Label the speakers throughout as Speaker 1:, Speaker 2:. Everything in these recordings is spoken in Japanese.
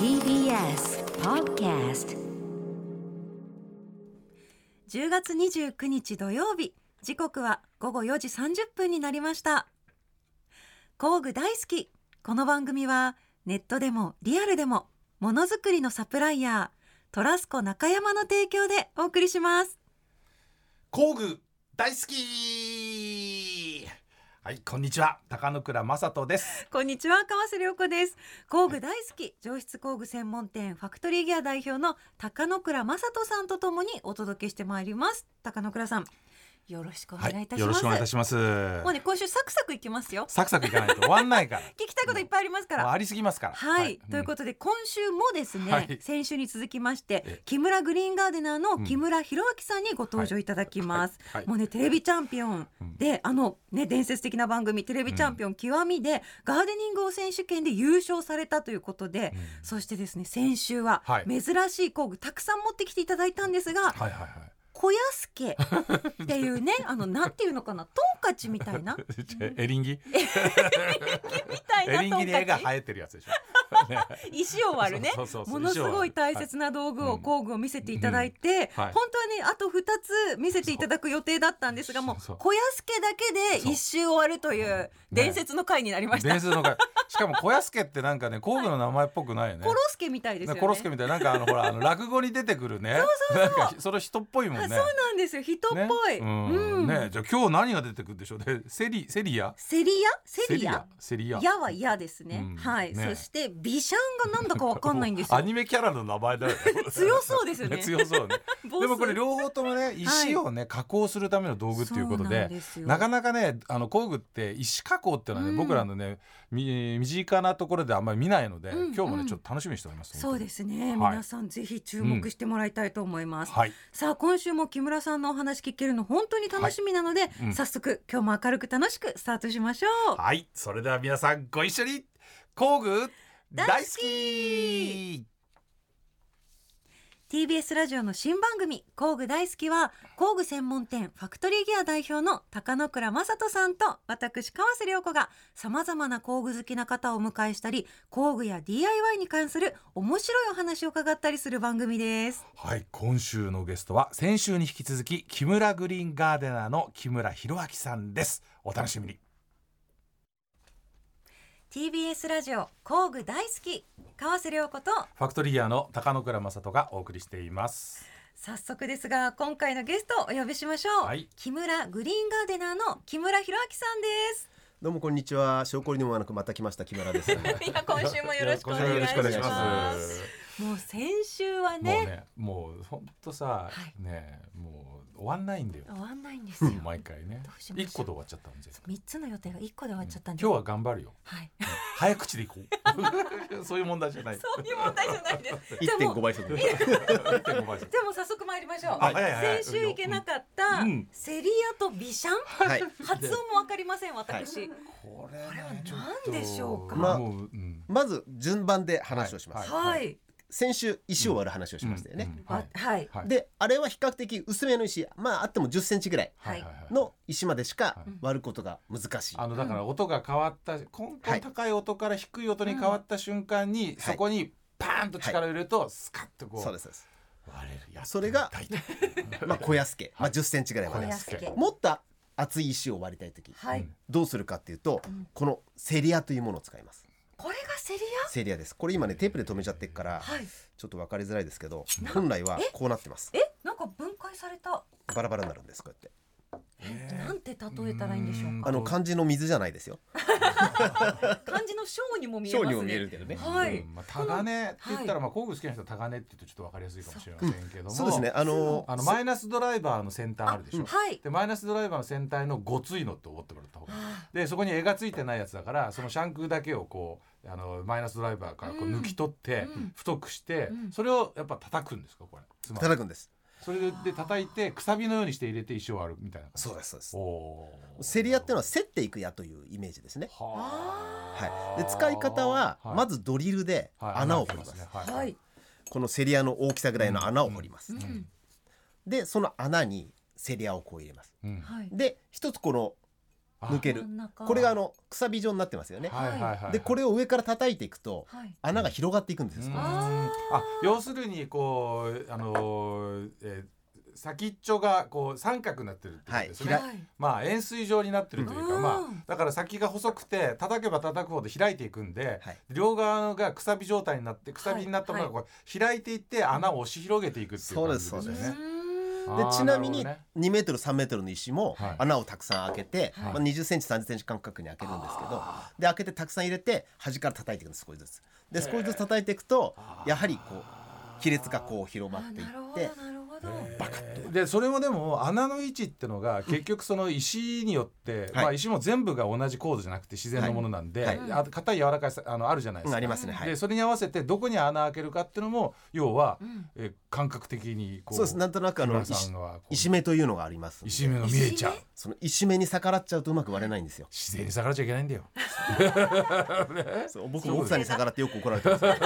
Speaker 1: TBS Podcast
Speaker 2: 10月29日土曜日時刻は午後4時30分になりました工具大好きこの番組はネットでもリアルでもものづくりのサプライヤートラスコ中山の提供でお送りします
Speaker 3: 工具大好きはい、こんにちは。高野倉正人です。
Speaker 2: こんにちは川瀬良子です工具大好き上質工具専門店ファクトリーギア代表の高野倉正人さんとともにお届けしてまいります高野倉さんよろしくお願いいたします、
Speaker 3: よろしくお願いいたします。
Speaker 2: もうね今週サクサクいきますよ
Speaker 3: サクサクいかないと終わんな いから。
Speaker 2: 聞きたいこといっぱいありますから
Speaker 3: もうありすぎますから。
Speaker 2: はい、という
Speaker 3: と
Speaker 2: ことで今週もですね、
Speaker 3: はい
Speaker 2: 先週に続きまし
Speaker 3: え
Speaker 2: て木村グリーンガーデナーの木村博明さんにご登場いただきます、
Speaker 3: はいはい
Speaker 2: もうねテレビチャンピオンで、あのね伝説的な番組テレビチャンピオン極みで、ガーデニングを選手権で優勝されたということで、そしてですね先週は
Speaker 3: はい
Speaker 2: 珍しい工具たくさん持ってきていただいたんですが、
Speaker 3: はいはいはい。
Speaker 2: 小屋助っていう ねあのなんていうのかなトンカチみたいな
Speaker 3: エリンギ
Speaker 2: みたい
Speaker 3: エ
Speaker 2: な
Speaker 3: リン
Speaker 2: ト
Speaker 3: ギ
Speaker 2: ン
Speaker 3: で絵が
Speaker 2: カチ
Speaker 3: 生えてるやつでし ょ。
Speaker 2: 石を割るね
Speaker 3: そうそうそう
Speaker 2: ものすごい大
Speaker 3: はい
Speaker 2: 切な道具
Speaker 3: う
Speaker 2: を
Speaker 3: ん
Speaker 2: 工具を見せていただいて、
Speaker 3: うんはい
Speaker 2: 本当はねあと2つ見せていただく予定だったんですがもう
Speaker 3: そうそう
Speaker 2: 小安家だけで一周終わるという伝説の回になりました。
Speaker 3: 伝説の回。しかも小安家ってなんかね工具の名前っぽくないよね。
Speaker 2: コロスケみたいですよね。
Speaker 3: コロスケみたいななんかあのほらあの落語に出てくるね。なんかそれ人っぽいもんね。
Speaker 2: あそうなんですよ人っぽい。
Speaker 3: ね
Speaker 2: うん
Speaker 3: うん、ねじゃあ今日何が出てくるんでしょうね。セリセリア。
Speaker 2: セリアセリア
Speaker 3: セリア。
Speaker 2: やは嫌ですね。
Speaker 3: うん
Speaker 2: はい、
Speaker 3: ね
Speaker 2: そしてビシャンがなんだかわかんないん です
Speaker 3: ア
Speaker 2: よ。
Speaker 3: ニメキャラの名前だよね。
Speaker 2: 強 そうですよね
Speaker 3: 強そうね。
Speaker 2: ボス
Speaker 3: でもこれ両方ともね石をね加工するための道具っていうこと
Speaker 2: そうな
Speaker 3: で
Speaker 2: んですよ
Speaker 3: なかなかねあの工具って石加工っていうのはね
Speaker 2: うん
Speaker 3: 僕らのねみ身近なところであんまり見ないので
Speaker 2: うんうん
Speaker 3: 今日もねちょっと楽しみにしております。。
Speaker 2: そうですすね、
Speaker 3: はい
Speaker 2: 皆さんぜひ注目してもらいたいと思います。
Speaker 3: はい。
Speaker 2: さあ今週も木村さんのお話聞けるの本当に楽しみなので、
Speaker 3: うん
Speaker 2: 早速今日も明るく楽しくスタートしましょう、
Speaker 3: はい。それでは皆さんご一緒に工具
Speaker 2: 大
Speaker 3: 大
Speaker 2: 好
Speaker 3: 好
Speaker 2: き
Speaker 3: き
Speaker 2: TBS ラジオの新番組「工具大好きは」工具専門店ファクトリーギア代表の高野倉正人さんと私川瀬良子がさまざまな工具好きな方をお迎えしたり工具や DIY に関する面白いお話を伺ったりする番組です。
Speaker 3: はい今週のゲストは先週に引き続き木村グリーンガーデナーの木村博明さんですお楽しみに
Speaker 2: TBS ラジオ工具大好き川瀬良子と
Speaker 3: ファクトリーギアの高野倉正人がお送りしています
Speaker 2: 早速ですが今回のゲストをお呼びしましょう、
Speaker 3: はい
Speaker 2: 木村グリーンガーデナーの木村博明さん です
Speaker 4: どうもこんにちは。証拠にもなくまた来ました木村です。
Speaker 2: いや今週もよろしくお
Speaker 3: 今
Speaker 2: 願
Speaker 3: 週もよ
Speaker 2: い
Speaker 3: ろ
Speaker 2: し
Speaker 3: くお願いし
Speaker 2: ま
Speaker 3: ますす
Speaker 2: もう先週は
Speaker 3: もう
Speaker 2: ね
Speaker 3: ねもう本当さ、
Speaker 2: はい
Speaker 3: ねもう終わんないんだよ
Speaker 2: 終わんないんですよ
Speaker 3: 毎回ね
Speaker 2: どうしましょう
Speaker 3: 一個で終わっちゃったんです
Speaker 2: 三つの予定が一個で終わっちゃったん
Speaker 3: 今
Speaker 2: で
Speaker 3: 日は頑張るよ
Speaker 2: はい
Speaker 3: 早口でいこう そういう問題じゃ ない
Speaker 2: そういう問題じゃない ですじゃあもう
Speaker 4: 1.5倍速で。
Speaker 3: 1.5倍速
Speaker 2: じゃあもう早速参りましょう、
Speaker 3: あはいはいはい
Speaker 2: 先週行けなかった
Speaker 3: うん
Speaker 2: セリアとビシャン、
Speaker 4: はい。
Speaker 2: 発音もわかりません私、
Speaker 3: これ,、ね、こ
Speaker 2: これは何でしょうか
Speaker 4: まあ
Speaker 3: もう、うん、
Speaker 4: まず順番で話をします。
Speaker 3: はい
Speaker 2: はい
Speaker 4: 先週石を割る話をしましたよ
Speaker 3: うん
Speaker 4: ね。
Speaker 3: うん
Speaker 2: あ
Speaker 3: はい
Speaker 2: はい
Speaker 3: はい
Speaker 4: で、あれは比較的薄めの石、まああっても10センチぐらい
Speaker 3: はいはい
Speaker 2: は
Speaker 3: はい
Speaker 4: の石までしか
Speaker 3: はい
Speaker 4: 割ることが難しい。
Speaker 3: あのだから音が変わった、根
Speaker 4: は
Speaker 3: 本
Speaker 4: い
Speaker 3: 高い音から低い音に変わった瞬間に、そこにパーンと力を入れると、スカッとこう
Speaker 4: そうですそうです。
Speaker 3: 割れるやつ
Speaker 4: それが
Speaker 3: 大体
Speaker 4: まあ小安家、まあ10センチぐらいま
Speaker 2: 小
Speaker 4: で。
Speaker 2: 安家
Speaker 4: もっと厚い石を割りたいとき、
Speaker 2: はい、
Speaker 4: どうするかっていうと、このセリアというものを使います。
Speaker 2: これがセリ
Speaker 4: セリアです。これ今ねテープで止めちゃってるから
Speaker 2: ア、はい
Speaker 4: ちょっとわかりづらいですけど、本来はこうなってます。
Speaker 2: えなんか分解された
Speaker 4: バラバラになるんですこうやって。
Speaker 2: なんて例えたらいいんでしょうか
Speaker 4: あの漢字の水じゃないですよ。
Speaker 2: 漢字の章にも見えますね。
Speaker 4: けどね
Speaker 2: はい。
Speaker 3: うんまあ、タガネって言ったら、まあ、工具好きな人はタガネって言うとちょっとわかりやすいかもしれませんけども、
Speaker 4: そうですね。あの
Speaker 3: あのマイナスドライバーの先端あるでしょ、
Speaker 2: あはい
Speaker 3: でマイナスドライバーの先端のごついのって思ってもらった方がいいでそこに絵がついてないやつだからそのシャンクだけをこうあのマイナスドライバーからこう抜き取って、太くして、それをやっぱ叩くんですかこれつまり
Speaker 4: 叩くんです。
Speaker 3: それで叩いてくさびのようにして入れて石を割るみたいな
Speaker 4: そうですそうです。
Speaker 3: おー
Speaker 4: 競り合ってのは競っていく矢というイメージですね。
Speaker 3: は
Speaker 4: はい。で使い方は
Speaker 3: はい
Speaker 4: まずドリルで
Speaker 3: あはい
Speaker 4: 穴を掘ります。
Speaker 3: 穴開けね
Speaker 2: は
Speaker 3: はい
Speaker 2: い。
Speaker 4: この競り屋の大きさぐらいの穴を掘ります。でその穴に競り屋をこう入れます。
Speaker 3: うん
Speaker 2: はい。
Speaker 4: で一つこの
Speaker 3: あ
Speaker 4: 抜ける
Speaker 5: 真ん中
Speaker 4: これがあのくさび状になってますよね、
Speaker 3: はいはいはいはい
Speaker 4: でこれを上から叩いていくと
Speaker 5: はい
Speaker 4: 穴が広がっていくんで
Speaker 3: う
Speaker 4: す
Speaker 3: ん
Speaker 4: よ、
Speaker 3: あ要するにこうあのーえー先っちょがこう三角になってるってことですね、
Speaker 4: はい
Speaker 5: はい
Speaker 3: まあ円錐状になってるというか、
Speaker 2: うん
Speaker 3: まあだから先が細くて叩けば叩くほど開いていくんで、
Speaker 4: はい
Speaker 3: 両側がくさび状態になってくさびになったものがこう開いていって穴を押し広げていくっていう感じですよ
Speaker 4: そうです
Speaker 3: ね。
Speaker 5: うーん
Speaker 3: あー
Speaker 4: でちなみに
Speaker 3: るほどね
Speaker 4: 2メートル3メートルの石も
Speaker 3: はい
Speaker 4: 穴をたくさん開けて、
Speaker 3: はい
Speaker 4: まあ、20センチ30センチ間隔に開けるんですけどで開けてたくさん入れて端から叩いていくんです少しずつで少しずつ叩いていくとやはりこう亀裂がこう広まっていっ
Speaker 5: あなるほど
Speaker 4: て
Speaker 5: なるほど
Speaker 3: でそれもでも穴の位置ってのが結局その石によって、
Speaker 4: い
Speaker 3: まあ石も全部が同じ高度じゃなくて自然のものなんで、
Speaker 4: はい
Speaker 5: はい
Speaker 3: あ硬い柔らかさあのあるじゃないで
Speaker 4: うん
Speaker 3: す
Speaker 4: あ
Speaker 3: か。
Speaker 4: りますねはい
Speaker 3: でそれに合わせてどこに穴開けるかっていうのも要は、
Speaker 5: うん
Speaker 3: え感覚的にこう
Speaker 4: そうですなんとなくあの
Speaker 3: 木村さんはこう
Speaker 4: 石目というのがありますんで
Speaker 3: 石目が見えちゃ
Speaker 5: 石
Speaker 3: う
Speaker 5: 目
Speaker 4: その石目に逆らっちゃうとうまく割れないんですよ
Speaker 3: 自然に逆らっちゃいけないんだよ。
Speaker 4: そう僕も奥さんに逆らってよく怒られて ますよ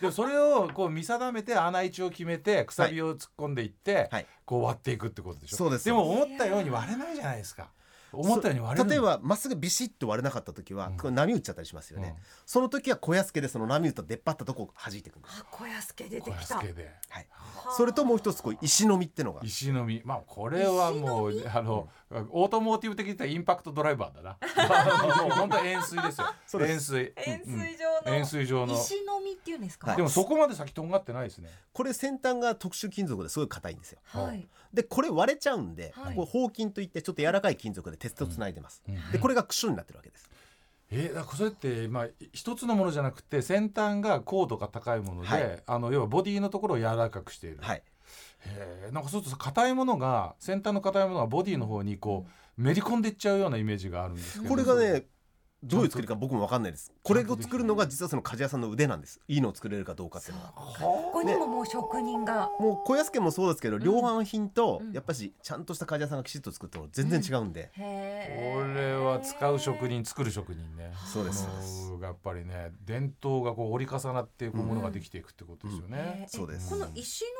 Speaker 3: でもそれをこう見定めて穴位置を決めてくさびを突っ込んでいって、
Speaker 4: はい
Speaker 3: こう割っていくってことでしょ
Speaker 4: そうです
Speaker 3: でも思ったように割れないじゃないですか思ったように割れ
Speaker 4: そう
Speaker 3: ない
Speaker 4: 例えばまっすぐビシッと割れなかった時は、こう波打っちゃったりしますよね、
Speaker 3: うん
Speaker 4: その時は小屋助でその波打った出っ張ったとこを弾いていくんです
Speaker 5: あ小安家出て
Speaker 3: 小
Speaker 5: きた
Speaker 3: 安家で
Speaker 4: はい、それともう一つこう石の実ってのが
Speaker 3: 石の実まあこれはもうあのオートモーティブ的に言ったらインパクトドライバーだな あのもう本当円錐ですよ
Speaker 4: そうです
Speaker 3: 円錐
Speaker 5: 円
Speaker 3: うんうん
Speaker 5: 錐状の
Speaker 3: 円錐状の
Speaker 5: 石の実っていうんですか
Speaker 4: はい
Speaker 3: でもそこまで先とんがってないですね
Speaker 4: これ先端が特殊金属ですごい硬いんですよ
Speaker 5: はい
Speaker 4: でこれ割れちゃうんで、
Speaker 5: はい
Speaker 4: これ合金といってちょっと柔らかい金属で鉄とつないでます、
Speaker 3: うんうん
Speaker 4: でこれがクッションになってるわけです
Speaker 3: えー、だからそれって、まあ、一つのものじゃなくて先端が高度が高いもので、
Speaker 4: はい
Speaker 3: あの要はボディのところを柔らかくしている、
Speaker 4: はい
Speaker 3: へーなんかそうすると硬いものが先端の硬いものがボディの方にこうめり込んでいっちゃうようなイメージがあるんですけど
Speaker 4: これがねどういう作りか僕も分かんないですこれを作るのが実はその鍛冶屋さんの腕なんですいいのを作れるかどうかっていうのは
Speaker 5: ここにももう職人が
Speaker 4: もう小安家もそうですけど量販品と
Speaker 5: うん
Speaker 4: やっぱしちゃんとした鍛冶屋さんがきちっと作ると全然違うんで、
Speaker 5: こ
Speaker 3: これは使う職人作る職人ね
Speaker 4: そうですそうです
Speaker 3: このやっぱりね伝統がこう折り重なってこうものができていくってことですよね。
Speaker 4: そうです
Speaker 5: この石の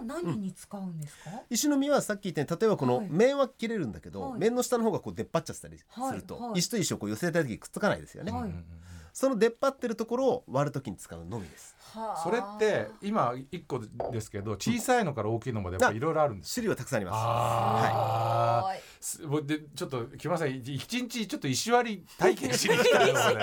Speaker 5: 実は何に使うんですか、
Speaker 4: 石の実はさっき言ったように例えばこの
Speaker 5: はい
Speaker 4: 面は切れるんだけど、
Speaker 5: はい
Speaker 4: 面の下の方がこう出っ張っちゃってたりすると、
Speaker 5: はいはい
Speaker 4: 石と石をこう寄せた時にくっつかないですよね、
Speaker 5: はい
Speaker 3: うんうんうん
Speaker 4: その出っ張ってるところを割る時に使うのみです
Speaker 5: はあ
Speaker 3: それって今一個ですけど小さいのから大きいのまでやっぱいろいろあるんです。
Speaker 4: 種類はたくさんありま
Speaker 3: あ
Speaker 5: はい
Speaker 3: ーすもうでちょっと木村さんい一日ちょっと石割り体験しに行きたいのね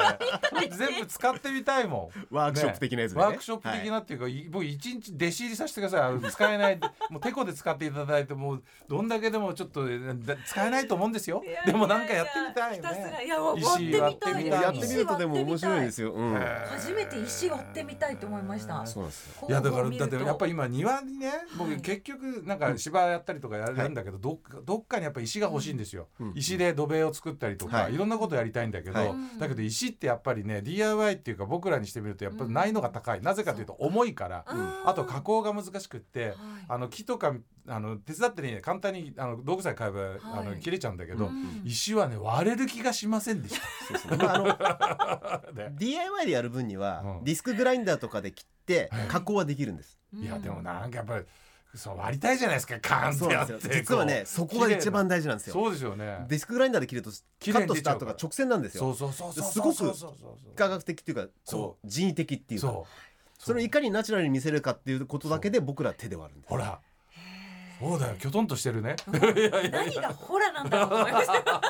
Speaker 3: 全部使ってみたいもん
Speaker 4: すワークショップ的なやつでね
Speaker 3: ワークショップ的
Speaker 4: はい
Speaker 3: なっていうか、い僕一日弟子入りさせてくださいあの。使えない、もうテコで使っていただいて、もうどんだけでもちょっとだ使えないと思うんですよ
Speaker 5: いや。
Speaker 3: でもなんかやってみたい
Speaker 5: ひ
Speaker 3: よ
Speaker 5: たすら
Speaker 3: ね。
Speaker 5: いや割
Speaker 3: 石割って
Speaker 5: って
Speaker 3: み
Speaker 5: み
Speaker 3: た
Speaker 5: た
Speaker 3: い
Speaker 5: い
Speaker 4: やってみるとでも面白いですすよ、うん、
Speaker 5: 初めて石割ってみたいと思いました
Speaker 4: そうなんですよ
Speaker 5: こ
Speaker 3: いやだからだってやっぱ
Speaker 5: り
Speaker 3: り今庭にね
Speaker 5: は
Speaker 3: 僕
Speaker 5: い
Speaker 3: 結局なんか芝やったりとかやるんだけどどっかどっかにやっぱ石が欲しいんですよ
Speaker 4: うん
Speaker 3: 石で土塀を作ったりとか
Speaker 4: はい
Speaker 3: いろんなことやりたいんだけ
Speaker 4: はい
Speaker 3: どだけど石ってやっぱりね DIY っていうか僕らにしてみるとやっぱり難易度が高いなぜかというと重いからあと加工が難しくってあの木とかあの手伝ってね簡単にあの道具さえ買えば、あの切れちゃうんだけど、
Speaker 5: うん
Speaker 3: 石はね割れる気がしませんでし
Speaker 4: そうそう まああの
Speaker 3: た。で
Speaker 4: DIY でやる分には、
Speaker 3: うん
Speaker 4: ディスクグラインダーとかで切って
Speaker 3: はい
Speaker 4: 加工はできるんです、
Speaker 3: いやでもなんかやっぱりそう割りたいじゃないですかカーンっ
Speaker 4: そう
Speaker 3: て
Speaker 4: な
Speaker 3: やっ
Speaker 4: ん
Speaker 3: て
Speaker 4: ですよ実はねそこが一番大事なんですよ
Speaker 3: そうですよね。
Speaker 4: ディスクグラインダーで切ると
Speaker 3: 綺
Speaker 4: カ
Speaker 3: 麗に
Speaker 4: ット
Speaker 3: 出
Speaker 4: し
Speaker 3: ちゃう
Speaker 4: た
Speaker 3: か
Speaker 4: 後
Speaker 3: ら
Speaker 4: が直線なんです
Speaker 3: そ
Speaker 4: よ
Speaker 3: うそうそうそう
Speaker 4: すごく
Speaker 3: そうそうそうそう
Speaker 4: 科学的っていうかこ
Speaker 3: そう
Speaker 4: 人為的っていうか
Speaker 3: そう
Speaker 4: それをいかにナチュラルに見せるかっていうことだけで僕ら手で割るんです
Speaker 3: ほらそうだよきょとんとしてるね。
Speaker 5: 何がホラなんだろうと思いましたもう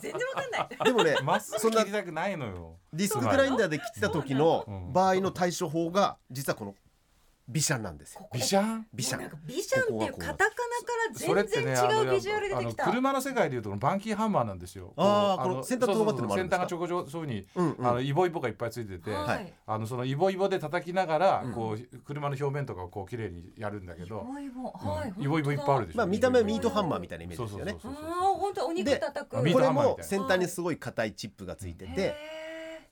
Speaker 5: 全然わかんない
Speaker 4: でもね
Speaker 3: まっす
Speaker 4: そ
Speaker 3: ぐ
Speaker 4: んな
Speaker 3: 切りたくないのよ。
Speaker 4: ディスクグラインダーで切ってた時の
Speaker 3: うん
Speaker 4: 場合の対処法が実はこのビシャンなんですよ
Speaker 3: ビシャン
Speaker 4: ビシャ
Speaker 5: なんか
Speaker 4: ン
Speaker 5: ビシャンっていうカタカナから全
Speaker 3: あ
Speaker 5: 然
Speaker 3: の
Speaker 5: 違うビジュアル出てき
Speaker 3: あの
Speaker 5: た
Speaker 3: 車の世界でいうとこのバンキーハンマーなんですよ。
Speaker 4: あー
Speaker 3: う
Speaker 4: この
Speaker 3: あ
Speaker 4: 先端とんがってるのもあるんですか
Speaker 3: そうそうそう先端がちょこちょこそういうふう
Speaker 4: う
Speaker 3: に、
Speaker 4: んうん
Speaker 3: あのイボイボがいっぱいついてて、
Speaker 5: はい
Speaker 3: あのそのイボイボで叩きながら、こう車の表面とかをこう綺麗にやるんだけど、
Speaker 5: イボイボはい
Speaker 3: イボイボいっぱいあるでしょ。
Speaker 4: まあ見た目はミートハンマーみたいなイメージ
Speaker 3: そう
Speaker 4: で
Speaker 3: そ
Speaker 4: す
Speaker 3: うそ
Speaker 4: よ
Speaker 3: う
Speaker 4: ね
Speaker 3: そう
Speaker 5: ああ本当お肉叩く
Speaker 3: でミート
Speaker 4: これ
Speaker 3: ハンマーみ
Speaker 4: も
Speaker 3: たいな
Speaker 4: 先端にすごい硬いチップがついてて
Speaker 5: へ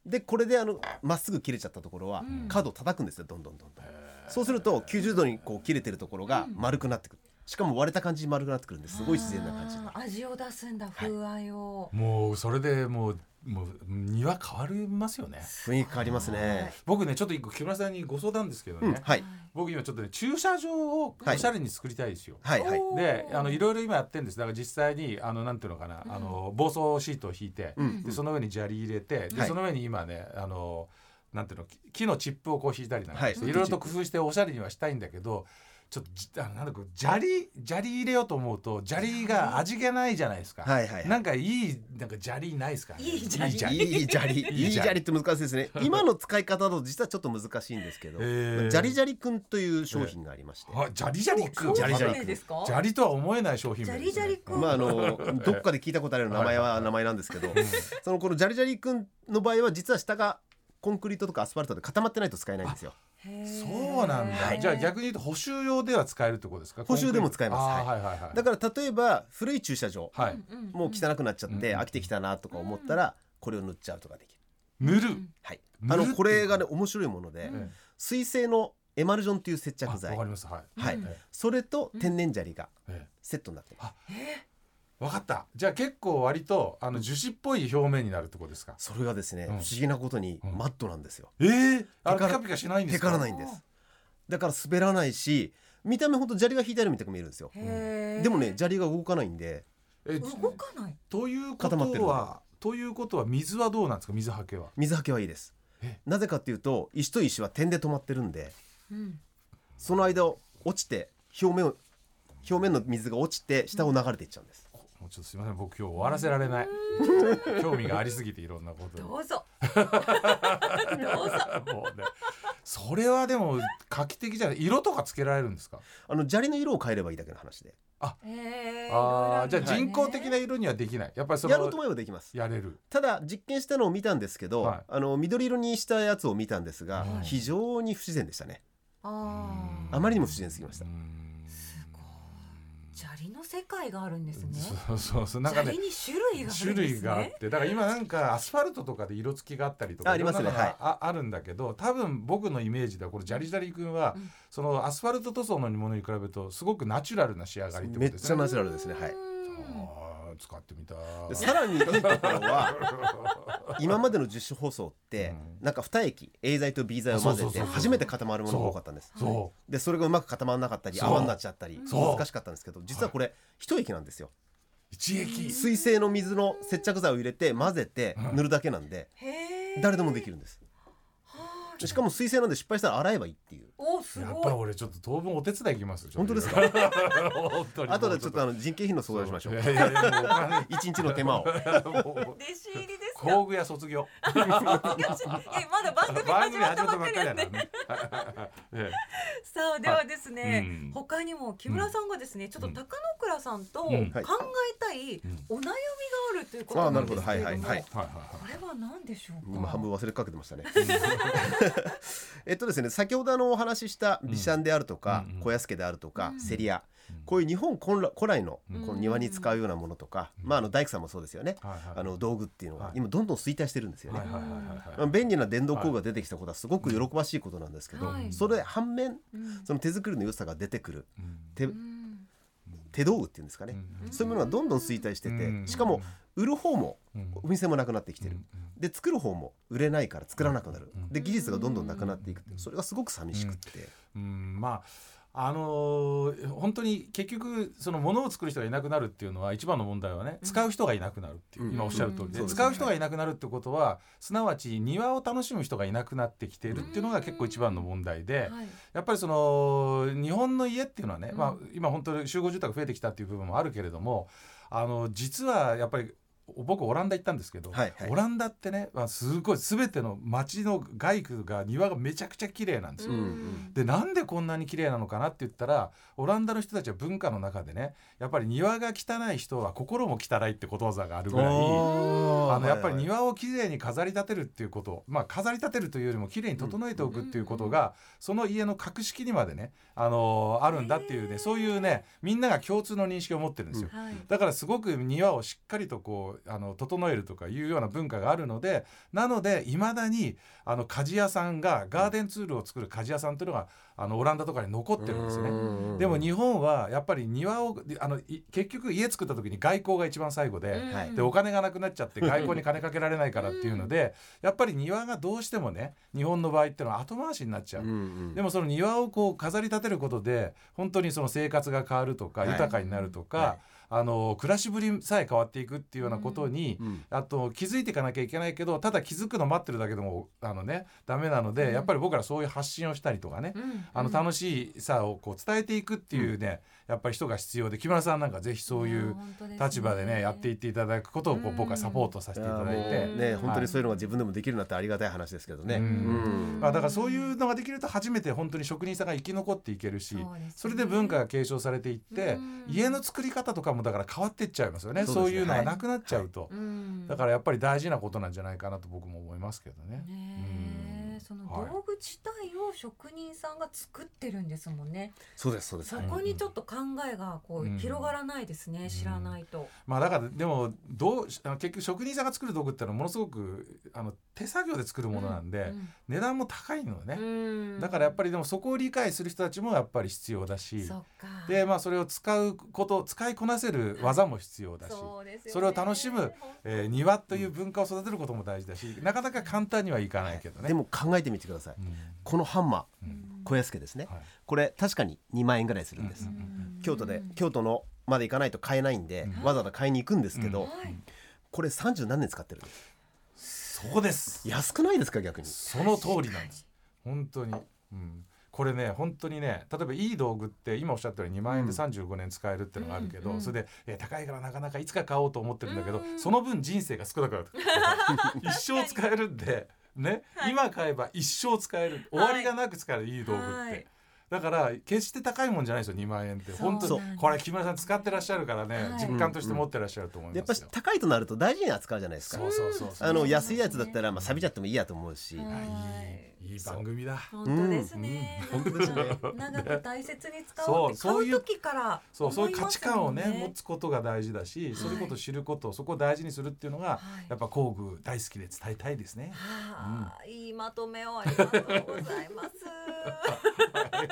Speaker 4: でこれであのまっすぐ切れちゃったところは角を叩くんですよどんどんどんどんそうすると90度にこう切れてるところが丸くなってくるしかも割れた感じに丸くなってくるんですごい自然な感じになる
Speaker 5: あー味を出すんだ風合いを、
Speaker 3: もうそれでもうもう庭変わりますよね
Speaker 4: 雰囲気変わりますね
Speaker 3: 僕ねちょっと一個木村さんにご相談ですけどね、
Speaker 4: うんはい
Speaker 3: 僕今ちょっとね駐車場をおしゃれに作りたいですよ、
Speaker 4: はいはい
Speaker 5: おー
Speaker 3: であのいろいろ今やってるんですだから実際にあのなんていうのかな、あの防草シートを引いて、
Speaker 4: うん
Speaker 3: でその上に砂利入れて、で
Speaker 4: はい
Speaker 3: その上に今ねあのなんていうのき木のチップをこう引いたりなんかして、
Speaker 4: はい
Speaker 3: い、ろいろと工夫しておしゃれにはしたいんだけどちょっとじあのなんだこう砂利砂利入れようと思うと砂利が味気ないじゃないですか、
Speaker 4: はいはい
Speaker 3: なんかいいなんか砂利ないですか、ね、
Speaker 5: いい砂利
Speaker 4: いい砂利いい砂利って難しいで すね今の使い方だと実はちょっと難しいんですけど
Speaker 3: へー
Speaker 4: ジャリジャリくんという商品がありまして
Speaker 3: あ砂利砂利くん
Speaker 4: 砂利砂利
Speaker 5: そう
Speaker 4: くん
Speaker 5: ですか
Speaker 3: 砂利とは思えない商品
Speaker 5: ジャ
Speaker 3: 名で
Speaker 5: リ
Speaker 3: す
Speaker 5: ジ
Speaker 3: ね
Speaker 5: ャリくん、
Speaker 4: まああのどっかで聞いたことあるような名前は名前なんですけどそのこのジャリジャリくんの場合は実は下がコンクリートとかアスファルトで固まってないと使えないんですよ
Speaker 5: へー
Speaker 3: そうなんだ、
Speaker 5: はい
Speaker 3: じゃあ逆に言うと補修用では使えるってことですか
Speaker 4: 補修でも使えます
Speaker 3: あーはいはいはい
Speaker 4: だから例えば古い駐車場
Speaker 3: はい、
Speaker 5: うんうん
Speaker 4: もう汚くなっちゃっ
Speaker 3: う
Speaker 4: て
Speaker 3: ん
Speaker 4: 飽きてきたなとか思ったらこれを塗っちゃうとかできる
Speaker 3: 塗る、
Speaker 4: はい
Speaker 3: 塗
Speaker 4: あ
Speaker 3: るって
Speaker 4: のこれがね面白いもので
Speaker 3: え
Speaker 4: 水性のエマルジョンという接
Speaker 3: え
Speaker 4: 着
Speaker 3: あわ
Speaker 4: 剤
Speaker 3: かりますはい、
Speaker 4: はい
Speaker 3: え
Speaker 4: それと天然砂利が
Speaker 3: ええ
Speaker 4: セットになってます
Speaker 3: えわかったじゃあ結構割とあの樹脂っぽい表面になるってことですか
Speaker 4: それがですね、
Speaker 3: ん
Speaker 4: 不思議なことに
Speaker 3: うん
Speaker 4: マットなんですよ。
Speaker 3: ええあれ
Speaker 4: テカ
Speaker 3: ピ
Speaker 4: ラ
Speaker 3: カピカしないんで
Speaker 4: テ
Speaker 3: すか
Speaker 4: カらないんです。だから滑らないし、見た目ほんと砂利が引いてあるみたいに見えるんですよ。
Speaker 5: へー
Speaker 4: でもね、砂利が動かないんで、
Speaker 3: え
Speaker 5: 動かない
Speaker 3: というこ
Speaker 4: 固まってる
Speaker 3: とはということは水はどうなんですか水はけは
Speaker 4: 水はけはいいです
Speaker 3: え。
Speaker 4: なぜかっていうと、石と石は点で止まってるんで、
Speaker 5: うん
Speaker 4: その間を落ちて表面を表面の水が落ちて下を流れていっちゃうんです。
Speaker 3: もうちょっとすみません僕今日終わらせられない 興味がありすぎていろんなことに
Speaker 5: どうぞどうぞ
Speaker 3: もうねそれはでも画期的じゃない色とかつけられるんですか
Speaker 4: あの砂利の色を変えればいいだけの話で、
Speaker 5: へー
Speaker 3: ああじゃあ
Speaker 5: いろいろる
Speaker 3: 人
Speaker 5: んだね
Speaker 3: 工的な色にはできないやっぱりその
Speaker 4: やろうと思えばできます。
Speaker 3: やれる
Speaker 4: ただ実験したのを見たんですけど、
Speaker 3: はい
Speaker 4: あの緑色にしたやつを見たんですが、
Speaker 3: はい
Speaker 4: 非常に不自然でしたね。
Speaker 5: あ
Speaker 4: あまりにも不自然すぎました
Speaker 3: う。ん
Speaker 5: ー砂利の世界があるんですね
Speaker 3: そうそうそうなんか
Speaker 5: 砂
Speaker 3: ね
Speaker 5: 利に種類がある
Speaker 3: 種
Speaker 5: んですね
Speaker 3: 類があってだから今なんかアスファルトとかで色付きがあったりとか
Speaker 4: あありますね
Speaker 3: いろんなの
Speaker 4: はい
Speaker 3: がああるんだけど多分僕のイメージではこれジャリジャリ君は、
Speaker 5: うん
Speaker 3: そのアスファルト塗装のものに比べるとすごくナチュラルな仕上がりってことですね。
Speaker 4: ナチュラルですね。はい。
Speaker 5: うん
Speaker 3: あー使ってみたい
Speaker 4: でさらにいいところ は今までの樹脂包装って、
Speaker 3: う
Speaker 4: なんか二液 A 剤と B 剤を混ぜ
Speaker 3: そうそう
Speaker 4: て
Speaker 3: そうそう
Speaker 4: 初めて固まるものが多かったんです。
Speaker 3: そ
Speaker 4: でそれがうまく固まらなかったり
Speaker 3: そう
Speaker 4: 泡になっちゃったり
Speaker 3: そう
Speaker 4: 難しかったんですけど実はこれ一液なんですよ。
Speaker 3: う一液
Speaker 4: 水性の水の接着剤を入れて混ぜて
Speaker 3: うん
Speaker 4: 塗るだけなんで
Speaker 5: へー
Speaker 4: 誰でもできるんです。しかも水性なんで失敗したら洗えばいいっていう。
Speaker 5: おす
Speaker 3: やっ
Speaker 5: ご
Speaker 3: ぱり
Speaker 5: い
Speaker 3: 俺ちょっと当分お手伝い行きますよ
Speaker 4: 本当です
Speaker 3: か
Speaker 4: か。
Speaker 3: 本当に
Speaker 4: 後でちょっとあの人件費の相談しましょう
Speaker 3: い。やいやいやもうお金
Speaker 4: 一日の手間を。
Speaker 3: もう
Speaker 5: 弟子入りですか
Speaker 3: 工具屋卒 業
Speaker 5: しかしえまだ番組
Speaker 3: 番
Speaker 5: 始
Speaker 3: 組
Speaker 5: まった
Speaker 3: 始まった
Speaker 5: ば
Speaker 3: ば
Speaker 5: っかりなんで
Speaker 3: っかりだからねえ
Speaker 5: さあではですね、
Speaker 3: うん
Speaker 5: 他にも木村さんがですね、ちょっと高野倉さんと考
Speaker 3: う
Speaker 5: え
Speaker 3: ん
Speaker 5: たい
Speaker 3: ん
Speaker 5: お悩みがあるということなんですけれども、
Speaker 4: あなるほどはいはいはい
Speaker 3: えはいはいはい
Speaker 5: これは何でしょうか
Speaker 4: 今半分忘れかけてましたね。えっとですね先ほどあのお話ししたビシャンであるとか、
Speaker 3: うんうん
Speaker 4: 小安家であるとか、
Speaker 5: うん
Speaker 4: セリア
Speaker 3: うん
Speaker 4: こういう日本古来古来の
Speaker 3: うん
Speaker 4: この庭に使うようなものとか、まあ、あの大工さんもそうですよね、
Speaker 3: はいはい
Speaker 4: あの道具っていうの
Speaker 3: は
Speaker 4: が
Speaker 3: い
Speaker 4: 今どんどん衰退してるんですよね。
Speaker 3: はいはいはいはい
Speaker 4: ま
Speaker 3: は
Speaker 4: あ
Speaker 3: い
Speaker 4: 便利な電動工具が出てきたことはすごく喜ばしいことなんですけど、
Speaker 5: はい
Speaker 4: それ反面
Speaker 5: うん
Speaker 4: その手作りの良さが出てくる
Speaker 3: うん
Speaker 4: 手
Speaker 5: うん
Speaker 4: 手道具っていうんですかね、
Speaker 3: うん
Speaker 4: そういうものがどんどん衰退してて、
Speaker 3: うん
Speaker 4: しかも売る方も
Speaker 3: うん
Speaker 4: お店もなくなってきてる、
Speaker 3: うん
Speaker 4: で作る方も売れないから作らなくなる、
Speaker 3: うん
Speaker 4: で技術がどんどんなくなっていくっていうそれがすごく寂しくって、
Speaker 3: うんまああのー本当に結局その物を作る人がいなくなるっていうのは一番の問題はね使う人がいなくなるっていう、
Speaker 4: うん
Speaker 3: 今おっしゃる通りで,、
Speaker 4: うん
Speaker 3: 使う人がいなくなるってことはすなわち庭を楽しむ人がいなくなってきているっていうのが結構一番の問題で。
Speaker 5: はい
Speaker 3: やっぱりその日本の家っていうのはね、
Speaker 5: うん
Speaker 3: まあ、今本当に集合住宅増えてきたっていう部分もあるけれどもあの実はやっぱり僕オランダ行ったんですけど、
Speaker 4: はいはい
Speaker 3: オランダってね、まあ、すごい全ての街の外区が庭がめちゃくちゃ綺麗なんですよ。
Speaker 4: うん
Speaker 3: でなんでこんなに綺麗なのかなって言ったらオランダの人たちは文化の中でねやっぱり庭が汚い人は心も汚いってことわざがあるぐらい。あのやっぱり
Speaker 4: 庭
Speaker 3: 庭をきれいに飾り立てるっていうこと、まあ、飾り立てるというよりもきれいに整えておくっていうことがその家の格式にまでね、あのーあるんだっていうねそういうねみんなが共通の認識を持ってるんですよ。
Speaker 5: はい
Speaker 3: だからすごく庭をしっかりとこうあの整えるとかいうような文化があるのでなのでいまだにあの鍛冶屋さんがガーデンツールを作る鍛冶屋さんというのがああのオランダとかに残ってるんですよね。
Speaker 4: ね
Speaker 3: でも日本はやっぱり庭をであのい結局家作った時に外交が一番最後で、
Speaker 4: はい
Speaker 3: でお金がなくなっちゃって外交に金かけられないからっていうので、やっぱり庭がどうしてもね日本の場合ってのは後回しになっちゃう。で
Speaker 4: も
Speaker 3: もその庭をこう飾り立てることで本当にその生活が変わるとか
Speaker 4: はい
Speaker 3: 豊かになるとか、
Speaker 4: は
Speaker 3: あの暮らしぶりさえ変わっていくっていうようなことに、
Speaker 4: うん
Speaker 3: あと気づいていかなきゃいけないけどただ気づくの待ってるだけでもあの、ね、ダメなので、やっぱり僕らそういう発信をしたりとかね、あの楽しさをこう伝えていくっていうね、やっぱり人が必要で木村さんなんかぜひそういう立場でねやっていっていただくことをこう僕はサポートさせていただいて。
Speaker 4: ね本当にそういうのが自分でもできるなってありがたい話ですけどね。
Speaker 3: うん
Speaker 4: うん
Speaker 3: まあ、だからそういうのができると初めて本当に職人さんが生き残っていける
Speaker 2: そ
Speaker 3: し
Speaker 2: うですね
Speaker 3: それで文化が継承されていって
Speaker 2: うん
Speaker 3: 家の作り方とかもだから変わっていっちゃいますよね
Speaker 4: そ
Speaker 3: そうう
Speaker 4: ですね
Speaker 3: いうのがなくなっちゃうと、だかららやっぱり大事なことなんじゃないかなと僕も思いますけどね。
Speaker 2: ね
Speaker 3: う
Speaker 2: え
Speaker 3: ん
Speaker 2: その
Speaker 3: はい
Speaker 2: 道具自体を職人さんが作ってるんですもんね
Speaker 4: そうですそうです
Speaker 2: そ。こにちょっと考えがこ
Speaker 3: うん
Speaker 2: う広がらないですね
Speaker 3: ん
Speaker 2: 知らないと
Speaker 3: まあ、だからでもどうあの結局職人さんが作る道具ってのはものすごくあの手作業で作るものなんで、値段も高いのよね、だからやっぱ
Speaker 2: り
Speaker 3: りでもそこを理解する人たちもやっぱり必要だし
Speaker 2: そっか
Speaker 3: で、まあ、それを使うこと使いこなせる技も必要だし、
Speaker 2: そうですよね
Speaker 3: それを楽しむえー、庭という文化を育てることも大事だし、なかなか簡単にはいかないけどね。
Speaker 4: でも考えてみてください。このハンマ
Speaker 3: うん、
Speaker 4: ー小安家ですね
Speaker 3: はい。
Speaker 4: これ確かに2万円ぐらいするんです
Speaker 2: う。ん
Speaker 4: 京都で京都のまで行かないと買えないんで、わざわざ買いに行くんですけど、
Speaker 2: はい
Speaker 4: これ三十何年使ってるんです。
Speaker 3: そうです。
Speaker 4: 安くないですか逆に。
Speaker 3: その通りなんです。本当に、うん、これね、本当にね、例えばいい道具って今おっしゃったように2万円で35年使えるっていうのがあるけど、
Speaker 2: うんうん
Speaker 3: それで、えー高いからなかなかいつか買おうと思ってるんだけど、
Speaker 2: うん
Speaker 3: その分人生が少なくなる。 一生使えるんで。ね、今買えば一生使える終わりがなく使えるいい道具って、
Speaker 2: はい
Speaker 3: だから決して高いもんじゃないですよ2万円って本当
Speaker 4: そう
Speaker 3: にこれ木村さん使ってらっしゃるからね、
Speaker 2: はい
Speaker 3: 実感として持ってらっしゃると思い
Speaker 4: やっ
Speaker 3: ま
Speaker 4: ぱ
Speaker 3: す
Speaker 4: り
Speaker 3: よ。
Speaker 4: 高いとなると大事に扱うじゃないですか。
Speaker 3: そうそうそうそう
Speaker 4: あの安いやつだったらまあ錆びちゃってもいいやと思うし、
Speaker 2: はい
Speaker 3: いい番組だ。
Speaker 2: 本当ですね。
Speaker 4: うん本当ですね
Speaker 2: 長く大切に使おうって
Speaker 3: そうそう
Speaker 2: 買う
Speaker 3: いう
Speaker 2: 時から
Speaker 3: そうそうい
Speaker 2: 思
Speaker 3: う価
Speaker 2: ます
Speaker 3: 値観をね
Speaker 2: もん
Speaker 3: 持つことが大事だし、そういうことを知ることそこを大事にするっていうのが、
Speaker 2: はい
Speaker 3: やっぱ工具大好きで伝えたいです ね。
Speaker 2: はあ、いいまとめをありがとうございます。 で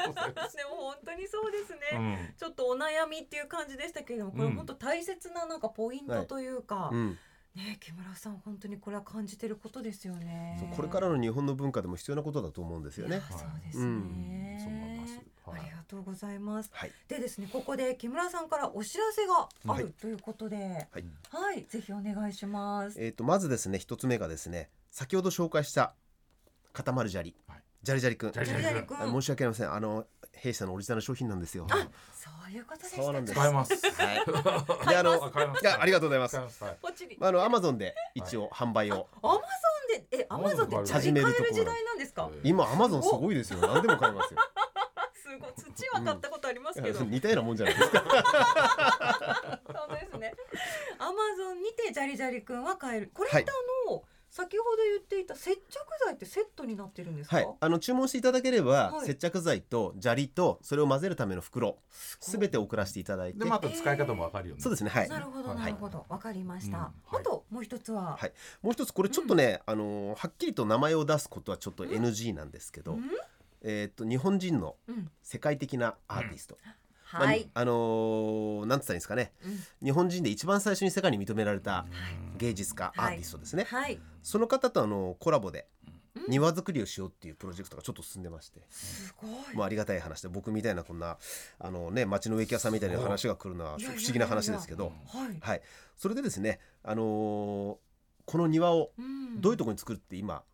Speaker 2: も本当にそうですね。
Speaker 3: うん
Speaker 2: ちょっとお悩みっていう感じでしたけれども、これ本当大切ななんかポイントというか、
Speaker 4: うん、
Speaker 2: ね木村さん本当にこれは感じてることですよね。
Speaker 4: そうこれからの日本の文化でも必要なことだと思うんですよ
Speaker 2: いや
Speaker 4: ね。
Speaker 2: そうです
Speaker 4: う
Speaker 2: ね
Speaker 3: ん。そう思いますはい
Speaker 2: ありがとうございます。
Speaker 4: はい、
Speaker 2: でですね、ここで木村さんからお知らせがあるということで、はい、
Speaker 4: はい
Speaker 2: ぜひお願いします。
Speaker 4: えっ、とまずですね一つ目がですね先ほど紹介した固まる砂利、
Speaker 3: はい
Speaker 4: ジャリジャリくん。
Speaker 3: ジャリジャリ
Speaker 2: ジャリ君
Speaker 4: あ申し訳ありませんあの弊社のオリジナル商品なんですよ。
Speaker 2: あ、そういうことでした。
Speaker 4: そうなんです
Speaker 3: 使えます。
Speaker 4: はい。であの
Speaker 3: あ買えます
Speaker 4: いやありがとうございます
Speaker 3: 使え。ます。はい
Speaker 2: ポチリ。
Speaker 4: まああのアマゾンで一応販売を。
Speaker 2: アマゾンで、え、アマゾンでジャリ買える時代なんですか。
Speaker 4: 今アマゾンすごいですよ。何でも買 えますよ。
Speaker 2: すごい、土は買ったことありますけど。
Speaker 4: 似たようなもんじゃないですか。
Speaker 2: そうですね。アマゾンにてジャリジャリ君は買える。これっ
Speaker 4: はい
Speaker 2: てあの、先ほど言っていた接着剤ってセットになってるんですか。
Speaker 4: はい。あの注文していただければ、
Speaker 2: はい
Speaker 4: 接着剤と砂利とそれを混ぜるための袋
Speaker 2: ごい
Speaker 4: すべて送らせていただいて
Speaker 3: で、また使い方もわかるよね。
Speaker 4: そうですね。はい。
Speaker 2: なるほど、
Speaker 3: はい
Speaker 2: なるほど、わかりました。
Speaker 3: うんはい
Speaker 2: あと、もう一つは。
Speaker 4: はいもう一つこれちょっとね、あのーはっきりと名前を出すことはちょっと NG なんですけど、
Speaker 2: うん
Speaker 4: えっと日本人の
Speaker 2: うん
Speaker 4: 世界的なアーティスト、まあ
Speaker 2: はい。
Speaker 4: あのーなんつったらいいんですかね、
Speaker 2: う
Speaker 4: 日本人で一番最初に世界に認められた
Speaker 2: は
Speaker 4: 芸術家、
Speaker 2: はい
Speaker 4: アーティストですね、
Speaker 2: はい。
Speaker 4: その方とあのコラボで庭作りをしようっていうプロジェクトがちょっと進んでまして、
Speaker 2: すごい。
Speaker 4: まあ、ありがたい話で僕みたいなこんなあの、ね、町の植木屋さんみたいな話が来るのは
Speaker 2: そう
Speaker 4: 不思議な話ですけど、
Speaker 2: はい。
Speaker 4: はい、それでですね、あのーこの庭を
Speaker 2: うん
Speaker 4: どういうところに作るって今